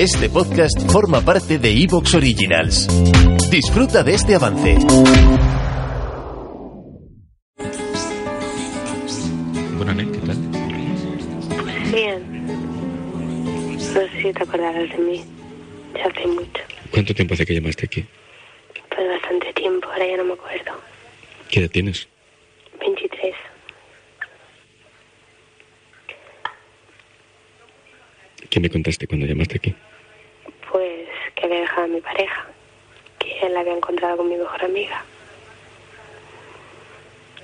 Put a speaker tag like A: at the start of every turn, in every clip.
A: Este podcast forma parte de Evox Originals. Disfruta de este avance.
B: Bueno, Anel, ¿qué tal?
C: Bien. No sé si te acordarás de mí. Ya hace mucho.
B: ¿Cuánto tiempo hace que llamaste aquí?
C: Pues bastante tiempo. Ahora ya no me acuerdo.
B: ¿Qué edad tienes?
C: 23.
B: ¿Qué me contaste cuando llamaste aquí?
C: Pues que había dejado a mi pareja. Que él la había encontrado con mi mejor amiga.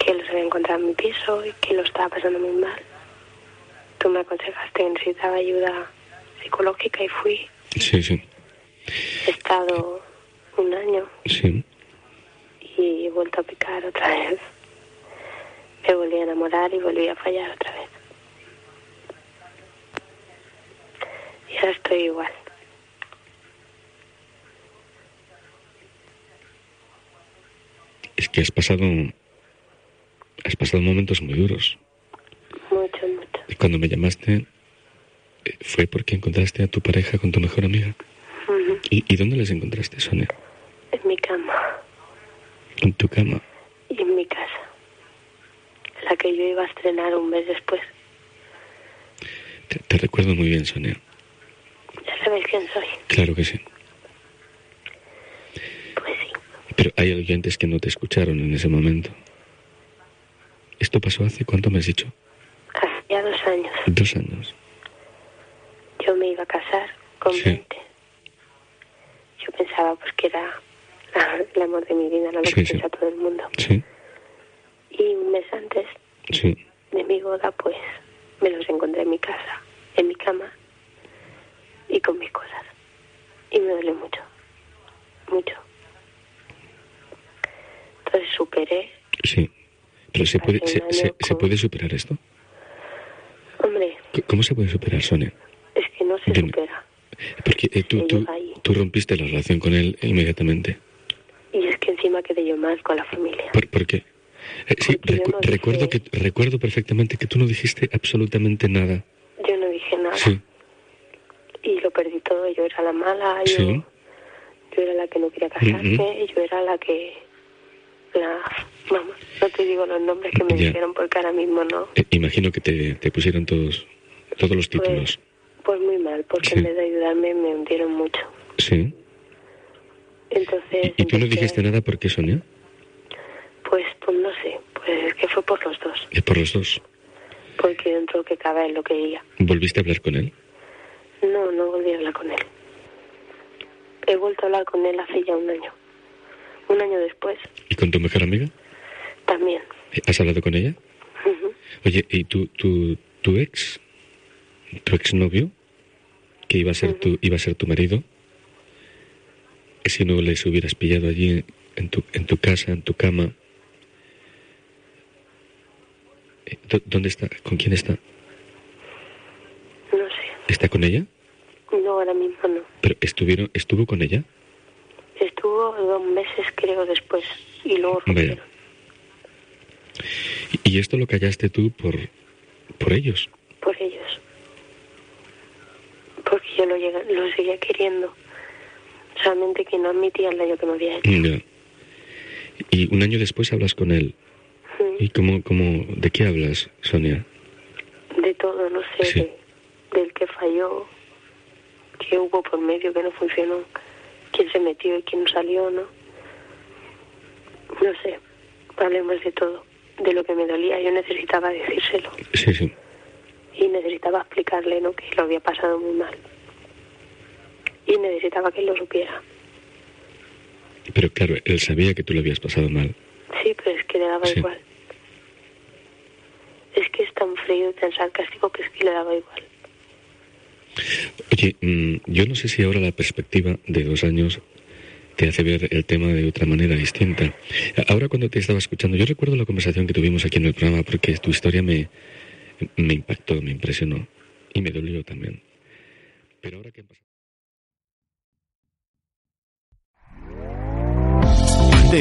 C: Que él se había encontrado en mi piso y que lo estaba pasando muy mal. Tú me aconsejaste que necesitaba ayuda psicológica y fui.
B: Sí, sí,
C: He estado un año
B: sí.
C: y he vuelto a picar otra vez. Me volví a enamorar y volví a fallar otra vez. Y ahora estoy igual.
B: Es que has pasado... Has pasado momentos muy duros.
C: Mucho, mucho.
B: Y cuando me llamaste eh, fue porque encontraste a tu pareja con tu mejor amiga.
C: Ujú.
B: ¿Y, y dónde les encontraste, Sonia?
C: En mi cama
B: En tu cama.
C: y en mi casa. La que yo iba a estrenar un mes después.
B: Te, te recuerdo muy bien, Sonia.
C: Ya sabéis quién soy.
B: Claro que sí.
C: Pues sí.
B: Pero hay oyentes que no te escucharon en ese momento. ¿Esto pasó hace cuánto me has dicho?
C: Hace ya dos años.
B: Dos años.
C: Yo me iba a casar con
B: Sí.
C: 20. Yo pensaba pues que era la- el amor de mi vida, no lo que
B: Sí, sí.
C: piensa todo el mundo.
B: Sí,
C: Y un mes antes
B: sí.
C: de mi boda, pues me los encontré en mi casa, en mi cama y con mis cosas. Y me duele mucho, mucho. Entonces superé,
B: Sí. Pero se puede, se,
C: Hace un
B: se-
C: año
B: se
C: con-
B: puede superar esto.
C: hombre,
B: C- ¿Cómo se puede superar, Sonia?
C: es que no se
B: Dime.
C: supera.
B: Porque eh, tú,
C: Se
B: tú,
C: llega ahí.
B: tú rompiste la relación con él inmediatamente.
C: Y es que encima quedé yo mal con la familia.
B: ¿Por, por qué? Eh, sí,
C: Porque yo
B: recu-
C: no dije-
B: recuerdo, que, recuerdo perfectamente que tú no dijiste absolutamente nada.
C: Yo no dije nada
B: Sí,
C: y lo perdí todo. Yo era la mala, yo,
B: sí,
C: yo era la que no quería casarme, yo era la que... La, vamos, no te digo los nombres que me
B: Ya.
C: dijeron porque ahora mismo no.
B: Eh, imagino que te, te pusieron todos, todos los títulos.
C: Pues muy mal, porque
B: Sí.
C: en vez de ayudarme me hundieron mucho.
B: Sí.
C: Entonces,
B: ¿Y, y tú no
C: empecé-
B: dijiste nada por qué, Sonia?
C: Pues, pues no sé, pues es que fue por los dos,
B: Eh, por los dos.
C: porque dentro que cabe él lo quería.
B: ¿Volviste a hablar con él?
C: No, no volví a hablar con él. He vuelto a hablar con él hace ya un año. Un año después,
B: ¿Y con tu mejor amiga?
C: también.
B: Eh, ¿Has hablado con ella?
C: Ujú.
B: Oye, ¿y tu, tu, tu ex, tu exnovio, que iba a ser tu, iba a ser tu marido, si no les hubieras pillado allí en tu, en tu casa, en tu cama, eh, ¿dó- ¿dónde está? ¿Con quién está?
C: No sé,
B: ¿Está con ella?
C: no, ahora mismo no.
B: ¿Pero estuvieron, estuvo con ella?
C: Estuvo dos meses, creo, después, y luego
B: Vaya.
C: rompieron.
B: Y- Y esto lo callaste tú por, por ellos.
C: por ellos. Porque yo lo, llega- lo seguía queriendo. Solamente que no admitía el daño que me había hecho.
B: Ya. Y un año después hablas con él. ¿Y cómo, cómo, de qué hablas, Sonia?
C: De todo, no sé,
B: Sí.
C: de- del que falló, que hubo por medio, que no funcionó, quién se metió y quién salió, ¿no? No sé, hablemos de todo, de lo que me dolía. Yo necesitaba decírselo
B: Sí, sí.
C: y necesitaba explicarle, ¿no? Que lo había pasado muy mal. Y necesitaba que él lo supiera.
B: Pero claro, él sabía que tú lo habías pasado mal.
C: Sí, pero es que le daba
B: Sí.
C: igual. Es que es tan frío y tan sarcástico que es que le daba igual.
B: Oye, mmm, yo no sé si ahora la perspectiva de dos años te hace ver el tema de otra manera distinta. Ahora cuando te estaba escuchando, yo recuerdo la conversación que tuvimos aquí en el programa porque tu historia me, me impactó, me impresionó y me dolió también. Pero ahora que han pasado...
A: ¿Te